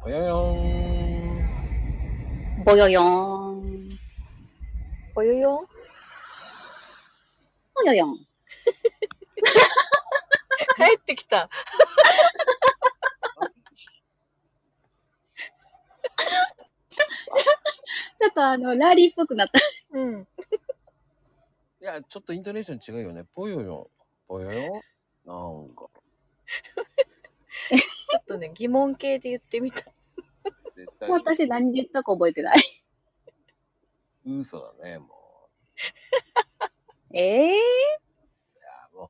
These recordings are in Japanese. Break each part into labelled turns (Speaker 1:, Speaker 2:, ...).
Speaker 1: ほよよーん。
Speaker 2: ぼよよーん。
Speaker 3: およよ
Speaker 2: ぼよよん。
Speaker 3: 帰ってきた。
Speaker 2: ちょっとあの、ラリーっぽくなった。
Speaker 3: うん。
Speaker 1: いや、ちょっとイントネーション違うよね。ぽよよ。ぽよよ。なんか、
Speaker 3: ちょっとね、疑問系で言ってみた。
Speaker 1: 絶対
Speaker 2: もう私何言ったか覚えてない。
Speaker 1: 嘘だね、も
Speaker 2: ええ
Speaker 1: う。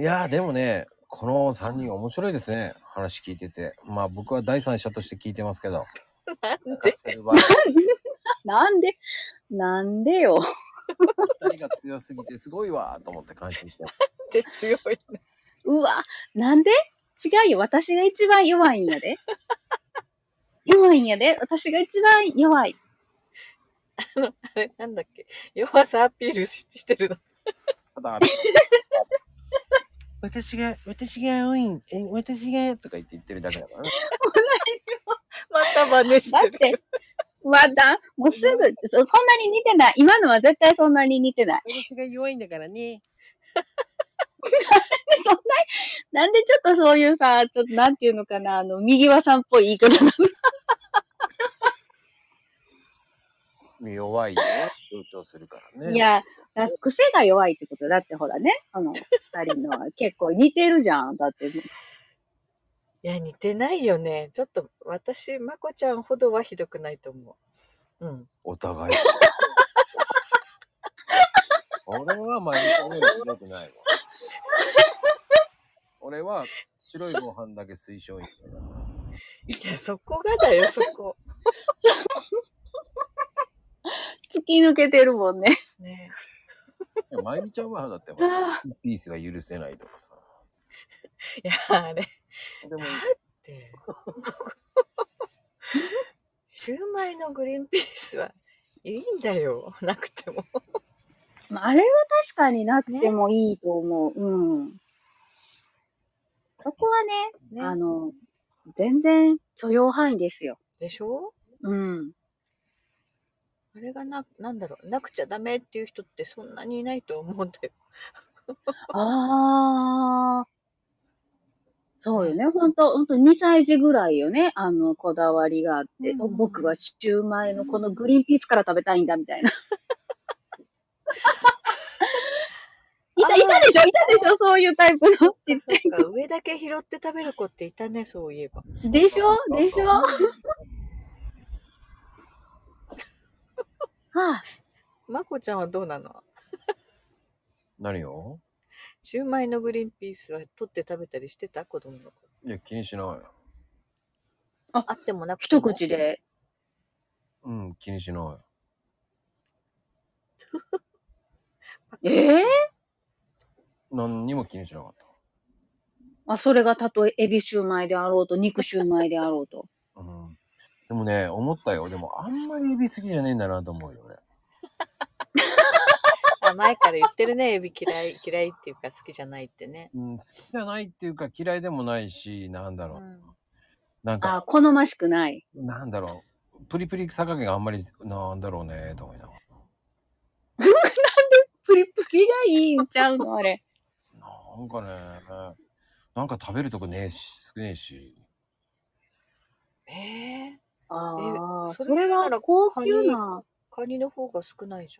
Speaker 1: いやー、でもね、この3人面白いですね。話聞いてて。まあ僕は第三者として聞いてますけど。
Speaker 3: なんで
Speaker 2: なんで、なんでよ。
Speaker 1: 2人が強すぎてすごいわーと思って感心してます。
Speaker 3: って強いの
Speaker 2: うわ、なんで違うよ。私が一番弱いんや で。弱いんやで。私が一番弱い。
Speaker 3: あれなんだっけ弱さアピールししてるの。
Speaker 1: ただ、私が、私が多いん、え私が、とか言って言ってるだけだからね。
Speaker 3: また真似し
Speaker 2: だって
Speaker 3: る。
Speaker 2: て、わだ、もうすぐ、そそんなに似てない。今のは絶対そんなに似てない。
Speaker 1: 私が弱いんだからね。
Speaker 2: そんな、なんでちょっとそういうさ、ちょっとなんていうのかな、あの、右輪さんっぽい言い方なの。
Speaker 1: 弱いよ。強調するからね。
Speaker 2: いや、だ癖が弱いってことだってほらね、あの、二人のは結構似てるじゃん。だって、
Speaker 3: いや、似てないよね。ちょっと私、まこちゃんほどはひどくないと思う。うん。
Speaker 1: お互い。 俺はまゆみちゃんよりひどくないわ。俺は白いご飯だけ推奨員だから。
Speaker 3: いや、そこがだよ、そこ。
Speaker 2: 突き抜けてるもんね。
Speaker 3: ね
Speaker 1: いやまゆみちゃんはだってほら、
Speaker 2: あ
Speaker 1: ピースが許せないとかさ。
Speaker 3: いや、あれっ
Speaker 1: でも、
Speaker 3: て。 シューマイのグリーンピースはいいんだよ、なくても。
Speaker 2: ーまああれは確かになくてもいいと思う。うん。そこはね、
Speaker 3: ね、
Speaker 2: あの、全然許容範囲ですよ。
Speaker 3: でしょ
Speaker 2: うん。
Speaker 3: あれがな、なんだろう、なくちゃダメっていう人ってそんなにいないと思うんだよ。
Speaker 2: ああ。そうよね。ほんと、ほんと2歳児ぐらいよね。あの、こだわりがあって。
Speaker 3: うんうん
Speaker 2: 僕はシューマイのこのグリーンピースから食べたいんだ、みたい な。いた、いたでしょいたでしょそういうタイプの。ちっちゃ
Speaker 3: そっか、上だけ拾って食べる子っていたね、そういえば。
Speaker 2: いでしょで しょはあ、
Speaker 3: まこちゃんはどうなの
Speaker 1: 何を
Speaker 3: シューマイのグリーンピースは取って食べたりしてた子供の子。
Speaker 1: いや、気にしないよ。
Speaker 3: あってもなくて
Speaker 2: 一
Speaker 3: も。
Speaker 2: 口。で。
Speaker 1: うん、気にしないよ。
Speaker 2: ええ
Speaker 1: 何にも気にしなかった。
Speaker 2: あ、それがたとえエビシューマイであろうと、肉シューマイであろうと。
Speaker 1: うん。でもね、思ったよ。でも、あんまりエビ好きじゃねえんだなと思うよね。
Speaker 3: あ、前から言ってるね、エビ嫌い、 嫌いっていうか好きじゃないってね。
Speaker 1: うん、好きじゃないっていうか嫌いでもないし、なんだろう。
Speaker 3: うん
Speaker 1: なん
Speaker 2: あ、
Speaker 1: か、
Speaker 2: 好ましくない。
Speaker 1: なんだろう。プリプリ草加減があんまり、なんだろうね、と思いなが
Speaker 2: プリプリがいいんちゃう のあれ。
Speaker 1: ら。なんかね、なんか食べるとこねえし、少ねえし。
Speaker 3: えー、
Speaker 2: ああ、
Speaker 3: そ
Speaker 2: そ
Speaker 3: れ
Speaker 2: れ
Speaker 3: な
Speaker 2: は
Speaker 3: ら
Speaker 2: 高級な。
Speaker 3: カニの方が少ないじ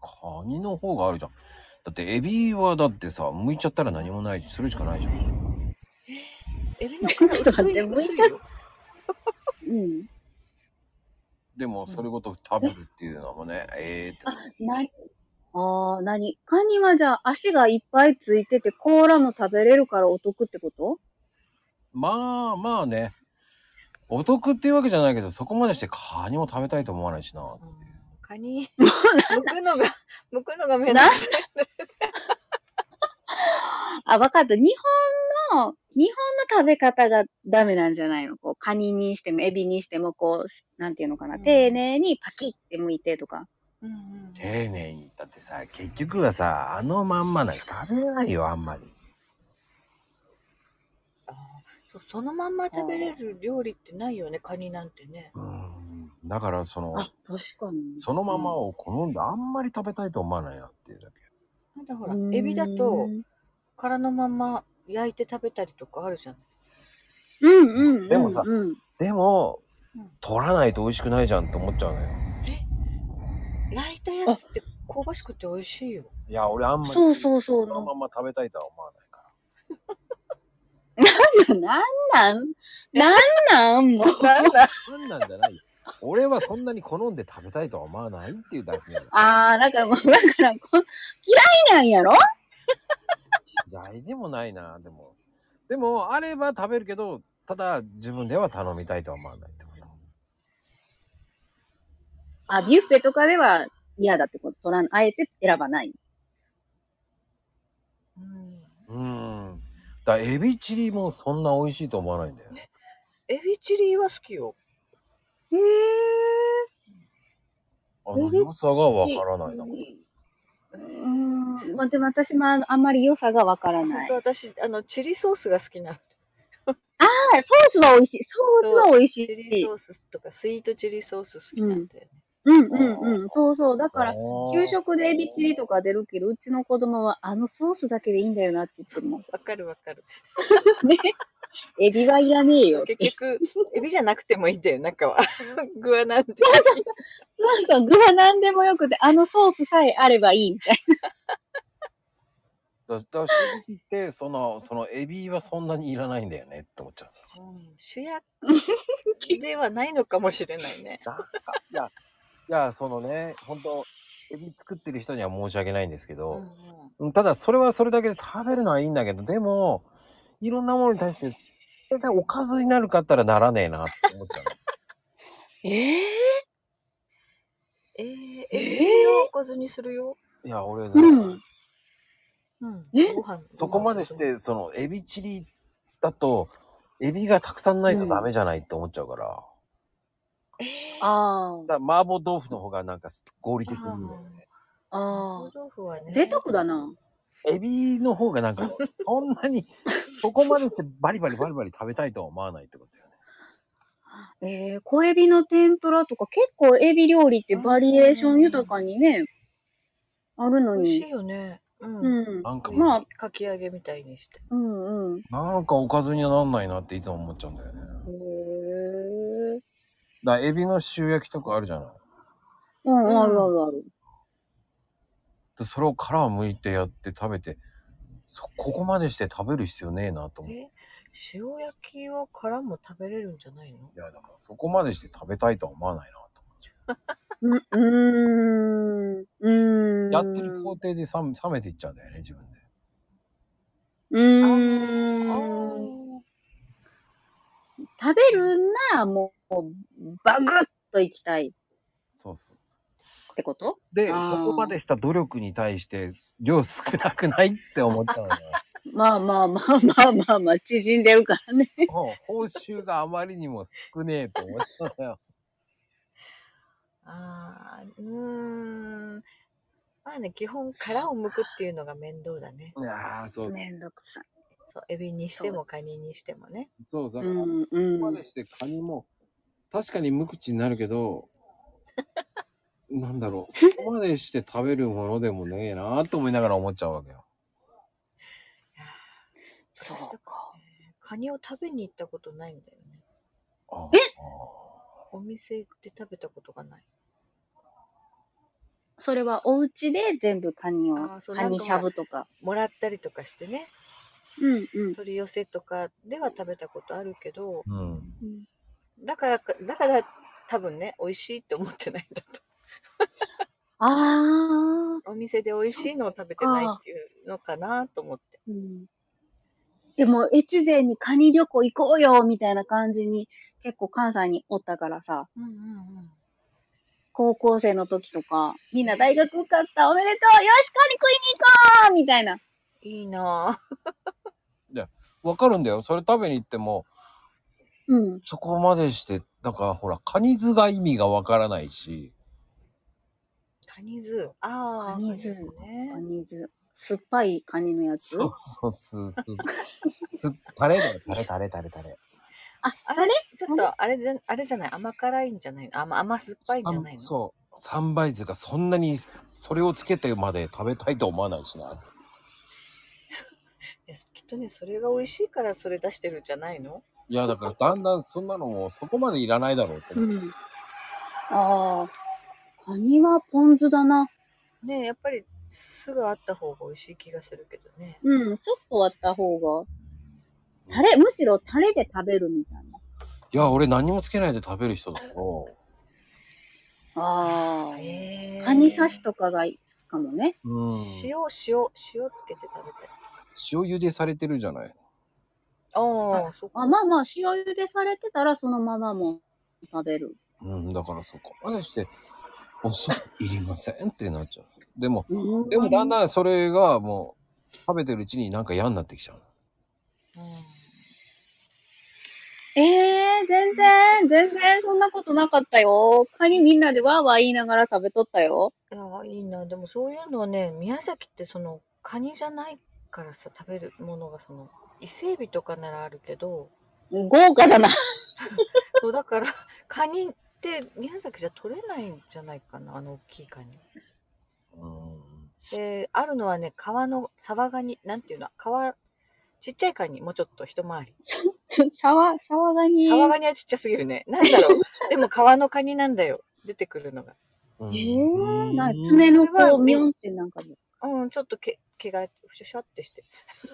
Speaker 1: カニの方があるじゃん。だって、エビはだってさ、剥いちゃったら何もないし、それしかないじゃん。
Speaker 3: ゃん。エビの殻
Speaker 2: ちょっと
Speaker 3: 薄
Speaker 2: 待
Speaker 3: い
Speaker 2: って
Speaker 3: 薄
Speaker 2: もう
Speaker 3: い
Speaker 2: 一回
Speaker 3: よ。
Speaker 2: うん。
Speaker 1: でも、それごと食べるっていうのもね、ええー、って。
Speaker 2: なああ、なにカニはじゃあ足がいっぱいついてて、甲羅も食べれるからお得ってこと
Speaker 1: まあまあね、お得っていうわけじゃないけど、そこまでしてカニも食べたいと思わないしな。
Speaker 3: うんカニ、剥くのが、剥くのがめんどくさい。
Speaker 2: あ、わかった。日本の、日本の食べ方がダメなんじゃないのこう、カニにしても、エビにしても、こう、なんていうのかな。
Speaker 3: うん
Speaker 2: 丁寧にパキって剥いてとか。
Speaker 3: うんうん
Speaker 1: 丁寧に。だってさ、結局はさ、あのまんまなんか食べれないよ、あんまり。
Speaker 3: あーそそのまんま食べれる料理ってないよね、カニなんてね。
Speaker 1: うんだからその、
Speaker 2: あ、確かに。
Speaker 1: そのままを好んであんまり食べたいと思わないなっていうだけ。
Speaker 3: まだほら、エビだと殻のまま焼いて食べたりとかあるじゃん。
Speaker 2: うん、うんうんうん。
Speaker 1: でもさ
Speaker 2: うん
Speaker 1: でも
Speaker 3: うん、
Speaker 1: 取らないと美味しくないじゃんって思っちゃうのよ。
Speaker 3: 焼いたやつって香ばしくて美味しいよ。
Speaker 1: いや、俺あんまり
Speaker 2: そうそうそう
Speaker 1: のまま食べたいとは思わないか
Speaker 2: なんなんなんなん もう。
Speaker 3: なんだ
Speaker 1: ら。なんなんじゃないよ俺はそんなに好んで食べたいとは思わないっていうだけなの。
Speaker 2: ああ、なんかもう、だからこ、嫌いなんやろ
Speaker 1: 嫌いでもないな、でも。でも、あれば食べるけど、ただ自分では頼みたいとは思わないってこと。
Speaker 2: あ、ビュッフェとかでは嫌だってこと取らん、あえて選ばない。
Speaker 3: うん
Speaker 1: うん。だからエビチリもそんな美味しいと思わないんだよね。
Speaker 3: エビチリは好きよ。
Speaker 2: へえ。
Speaker 1: あの良さがわからないな。
Speaker 2: うーん、まあ、でも私もあのあんまり良さがわからない。あ
Speaker 3: 本当私、あの、チリソースが好きなの。
Speaker 2: ーソースは美味しい。ソースは美味し
Speaker 3: チリ
Speaker 2: い
Speaker 3: ソ。ースとか、スイートチリソース好きなんだよね。
Speaker 2: うんうんうん。そうそう。だから、
Speaker 1: おー
Speaker 2: 給食でエビチリとか出るけど、うちの子供はあのソースだけでいいんだよなって言って
Speaker 3: そう
Speaker 2: るもん。
Speaker 3: わかるわかる。
Speaker 2: ね。エビはいらねえよ。
Speaker 3: 結局、エビじゃなくてもいいんだよ、中は。具はなんで。
Speaker 2: そうそう、具は何でもよくて、あのソースさえあればいいみたい
Speaker 1: だだから正直言ってそのそのエビはそんなにいらないんだよねって思っちゃうんだよ
Speaker 3: うん主 役ではないのかもしれないね。
Speaker 1: いやいやそのね本当エビ作ってる人には申し訳ないんですけ
Speaker 3: うん
Speaker 1: ど、
Speaker 3: うん
Speaker 1: ただそれはそれだけで食べるのはいいんだけどでもいろんなものに対してそれがおかずになるかったらならねえなって思っちゃう
Speaker 2: な。ええ
Speaker 3: えー、エビチリをおかずにするよ。
Speaker 1: いや俺、
Speaker 2: うん
Speaker 3: うん。
Speaker 2: え
Speaker 3: ご飯
Speaker 1: そこまでし。てそのエビチリだとエビがたくさんないとダメじゃないって思っちゃうから、
Speaker 2: あ
Speaker 1: だから麻婆豆腐の方がなんか合理的にいいのよね
Speaker 2: あ、あ
Speaker 3: お豆腐は
Speaker 2: あ、
Speaker 3: ね。
Speaker 2: 贅沢だな。
Speaker 1: エビの方がなん か、そんなに、そこまでしてバリバリバリバリ食べたいとは思わないってことだよね。
Speaker 2: ええ小エビの天ぷらとか、結構エビ料理ってバリエーション豊かにね、あるの
Speaker 3: 美味しい
Speaker 2: に。
Speaker 3: よね。うん。
Speaker 2: うん。
Speaker 1: なんかもう
Speaker 2: まあ、
Speaker 3: かき揚げみたいにして。
Speaker 2: うんうん。へ
Speaker 1: なんかおかずにはなんないなっていつも思っちゃうんだよね。だか
Speaker 2: え。
Speaker 1: らエビの塩焼きとかあるじゃない
Speaker 2: うん、あるあるある。
Speaker 1: で。それを殻を剥いてやって食べて、そここまでして食べる必要ねえなと思って。
Speaker 3: え塩焼きは殻も食べれるんじゃないの
Speaker 1: いや、だからそこまでして食べたいとは思わないなと思っちゃ
Speaker 2: うん、うーん、うーん。
Speaker 1: う。やってる工程で冷め冷めていっちゃうんだよね、自分で。
Speaker 2: うーん。
Speaker 3: あ
Speaker 2: 食べるならもう、バグッといきたい
Speaker 1: そうそうそ
Speaker 2: ってこ
Speaker 1: う。
Speaker 2: と
Speaker 1: で、
Speaker 2: あー
Speaker 1: そこまでした努力に対して量少なくないって思っちゃうのよ。
Speaker 2: まあまあまあまあまあまあ、縮んでるからね。
Speaker 1: そう、報酬があまりにも少ねえと思ったのよ。
Speaker 3: ーあー、うーん。まあね、基本殻を剥くっていうのが面倒だね。
Speaker 1: いやーそう、
Speaker 2: めんどくさい。
Speaker 3: そう、エビにしてもカニにしてもね。
Speaker 1: そう、だ
Speaker 2: う
Speaker 1: から、
Speaker 2: んう
Speaker 1: ここま
Speaker 2: ん
Speaker 1: で。してカニも、確かに無口になるけど、なんだろう、そこまでして食べるものでもねえなーと思いながら思っちゃうわけよ。
Speaker 2: そう
Speaker 3: 私と
Speaker 2: か。
Speaker 3: カニを食べに行ったことないんだよね。
Speaker 1: あ
Speaker 2: え
Speaker 3: お店で食べたことがない。
Speaker 2: それはお家で全部カニを
Speaker 3: あー、そう
Speaker 2: カニしゃぶとか。
Speaker 3: もらったりとかしてね、
Speaker 2: うんうん。
Speaker 3: 取り寄せとかでは食べたことあるけど、
Speaker 1: ーうん。
Speaker 3: だからか、だから多分ね、美味しいって思ってないんだ
Speaker 2: ああ、
Speaker 3: と。お店で美味しいのを食べてないっていうのかなと思って。
Speaker 2: うん。でも、越前にカニ旅行行こうよみたいな感じに結構関西におったからさ、
Speaker 3: うんうんうん。
Speaker 2: 高校生の時とか、みんな大学受かったおめでとうよしカニ食いに行こうみたいな。
Speaker 3: いいなぁ。
Speaker 1: わかるんだよ。それ食べに行っても、
Speaker 2: うん。
Speaker 1: そこまでして、だからほら、カニ酢が意味がわからないし、
Speaker 3: カニ酢。ああ。
Speaker 2: カニ酢
Speaker 3: ですね
Speaker 2: カニ酢。酸っぱいカニのやつ
Speaker 1: そうそう、す、す、すタレだよ、タレ、タレ、タレ、タレ。
Speaker 3: あ
Speaker 2: あれ
Speaker 3: ちょっと、あれで、あれじゃない、甘辛いんじゃないの甘、甘酸っぱいんじゃないの
Speaker 1: さんそう。三杯酢がそんなに、それをつけてまで食べたいと思わないしな。
Speaker 3: いやきっとね、それが美味しいからそれ出してるんじゃないの
Speaker 1: いや、だからだんだんそんなのもそこまでいらないだろうって。
Speaker 2: うん。ああ、カニはポン酢だな。
Speaker 3: ねえやっぱり酢があった方が美味しい気がするけどね。
Speaker 2: うん、ちょっと割った方が。タレ、むしろタレで食べるみたいな。
Speaker 1: いや、俺何もつけないで食べる人だよ。
Speaker 2: ああ。
Speaker 3: え
Speaker 2: カニ刺しとかがいいかもね。
Speaker 1: うん。塩
Speaker 3: 塩、塩、塩つけて食べたい。
Speaker 1: 茹でされてるじゃない。
Speaker 3: ああ、そっか。
Speaker 2: あまあまあ、塩茹でされてたらそのままも食べる。
Speaker 1: うん、だからそこまでして、お酢いりませんってなっちゃう。でも、
Speaker 2: うん
Speaker 1: でもだんだんそれがもう食べてるうちになんか嫌になってきちゃう。
Speaker 2: ええー、全然、全然そんなことなかったよ。カニみんなでわーわー言いながら食べとったよ。
Speaker 3: うん、いやいいな。でもそういうのはね、宮崎ってその、カニじゃないからさ、食べるものがその、伊勢エビとかならあるけど、
Speaker 2: 豪華だな。
Speaker 3: そうだから、カニって宮崎じゃ取れないんじゃないかな、あの大きいカニ。
Speaker 1: うん。
Speaker 3: で、あるのはね、川の、沢ガニ、なんていうの、川、ちっちゃいカニ、もうちょっと一回り。
Speaker 2: ちょ、サワ、サワガニ。
Speaker 3: 沢ガニはちっちゃすぎるね。なんだろう。でも川のカニなんだよ。出てくるのが。
Speaker 1: う
Speaker 2: ええ
Speaker 1: ん
Speaker 2: ー、なんか爪のこう、ミョンってなんかも。
Speaker 3: うん、ちょっと毛毛が、ふしゃふしゃってして。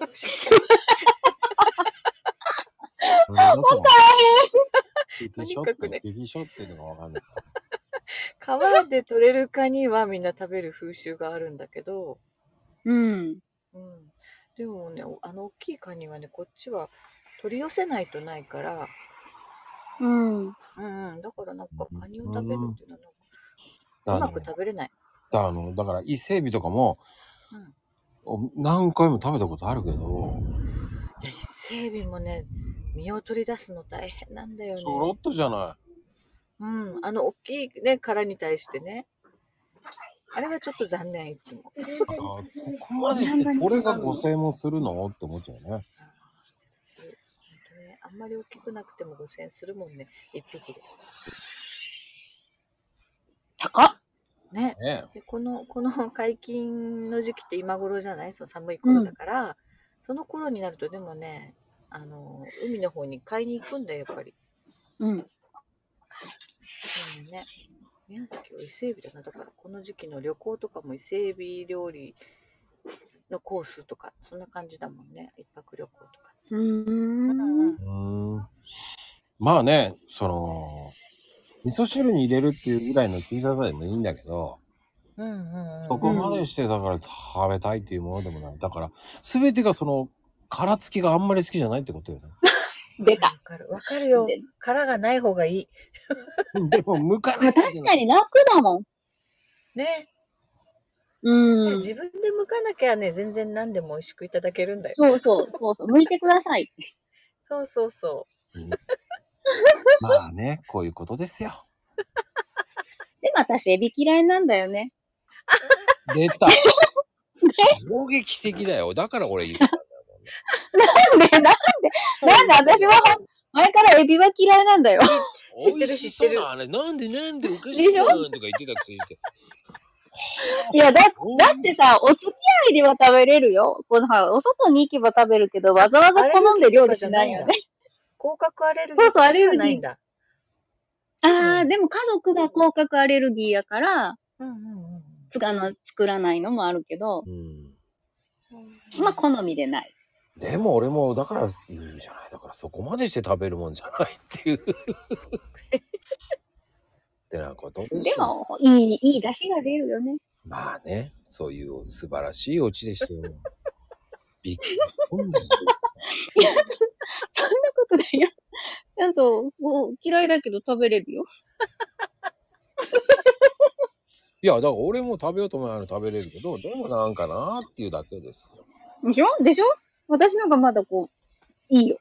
Speaker 1: わからへん。ティショって、
Speaker 3: とにかくね
Speaker 1: ティショっていうのがわかんない。
Speaker 3: 川で取れるカニはみんな食べる風習があるんだけど、
Speaker 2: うん。
Speaker 3: うん。でもね、おあの大きいカニはね、こっちは取り寄せないとないから、
Speaker 2: うん。
Speaker 3: うん、うん、だからなんかカニを食べるっていうのは
Speaker 1: だ
Speaker 3: う
Speaker 1: から
Speaker 3: ま
Speaker 1: ね
Speaker 3: く食べれない。
Speaker 1: だあのだから伊勢海老とかも
Speaker 3: うん。
Speaker 1: お何回も食べたことあるけど、
Speaker 3: いや、伊勢エビもね、身を取り出すの大変なんだよね。
Speaker 1: ちょろっとじゃな
Speaker 3: うん、あの大きいね、殻に対してね。あれはちょっと残念、いつも。
Speaker 1: い。あそこまでしてこれが5000円もするのって思っちゃうよね。
Speaker 3: あーそうです本当ね、あんまり大きくなくても5000円するもんね、1匹で。
Speaker 2: 高っ。
Speaker 3: ね。
Speaker 1: ね
Speaker 3: でこの、この解禁の時期って今頃じゃないその寒い頃だから、その頃になるとでもね、あの、海の方に買いに行くんだよ、やっぱり。
Speaker 2: うん。
Speaker 3: そうね。宮崎は伊勢海老だな。だからこの時期の旅行とかも伊勢海老料理のコースとか、そんな感じだもんね。一泊旅行とか。
Speaker 2: う
Speaker 3: う
Speaker 2: ん
Speaker 3: んうん。
Speaker 1: うーん。まあね、その、味噌汁に入れるっていうぐらいの小ささでもいいんだけど、
Speaker 3: うんうん
Speaker 1: そこまでしてだから食べたいっていうものでもない。だから、すべてがその、殻付きがあんまり好きじゃないってことよね。
Speaker 2: 出
Speaker 3: わ
Speaker 2: た。
Speaker 3: かる。わかるよ
Speaker 2: で。
Speaker 3: 殻がない方がいい。
Speaker 1: でも、向か
Speaker 2: ま
Speaker 1: な
Speaker 2: あ
Speaker 1: いといけ
Speaker 2: 確
Speaker 1: な
Speaker 2: か
Speaker 1: い。
Speaker 2: に楽だもん。
Speaker 3: ね。
Speaker 2: うん。
Speaker 3: 自分で剥かなきゃね、全然何でも美味しくいただけるんだよ。
Speaker 2: そうそう、そうそう。向いてください。
Speaker 3: そうそうそ
Speaker 1: うんまあね、こういうことですよ。
Speaker 2: でも私、エビ嫌いなんだよね。
Speaker 1: 出 た。衝撃的だよ。だから俺言ったんだよ。
Speaker 2: なんで、なんで、なんで私は、前からエビは嫌いなんだよ。
Speaker 3: 知って
Speaker 1: 美
Speaker 3: る
Speaker 1: 味しそう
Speaker 3: 知ってる
Speaker 1: なあれ、なんでなんでおかしいじゃんとか言ってたくせにして。
Speaker 2: いや、だ、だってさ、お付き合いでは食べれるよ。この、ほらお外に行けば食べるけど、わざわざ好んで料理しないよね。
Speaker 3: 甲殻アレルギ
Speaker 2: そう
Speaker 3: ー
Speaker 2: そうアレルギー
Speaker 3: じゃないんだ。
Speaker 2: あ
Speaker 3: う
Speaker 2: あ、
Speaker 3: ん
Speaker 2: でも家族が甲殻アレルギーやから、
Speaker 3: うんうんうん。
Speaker 2: つあの、作らないのもあるけど、
Speaker 1: うん
Speaker 2: まあ、好みでない。
Speaker 1: でも俺も、だから言うじゃない。だからそこまでして食べるもんじゃないって いう。ってなことです
Speaker 2: で
Speaker 1: よ
Speaker 2: も、いい、いい出汁が出るよね。
Speaker 1: まあね、そういう素晴らしいオチでしたよ。 びっくり。こんなん
Speaker 2: そんなことないよ。ちゃんと、もう嫌いだけど食べれるよ。
Speaker 1: いや、だから俺も食べようと思えばあの食べれるけど、でもなんかなーっていうだけですよ。
Speaker 2: でしょでしょ私なんかまだこう、いいよ。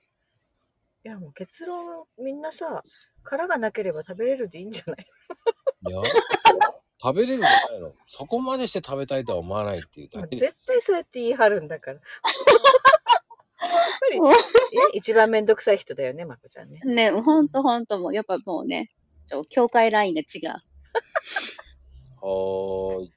Speaker 3: いやもう結論みんなさ、殻がなければ食べれるでいいんじゃない
Speaker 1: いや、食べれるんじゃないの。そこまでして食べたいとは思わないっていうだけで。
Speaker 3: 絶対そうやって言い張るんだから。り、ね、一番めんどくさい人だよね、まこちゃんね。
Speaker 2: ね、ほんとほんともう、やっぱもうね、ちょ、境界ラインが違う。
Speaker 1: はーい。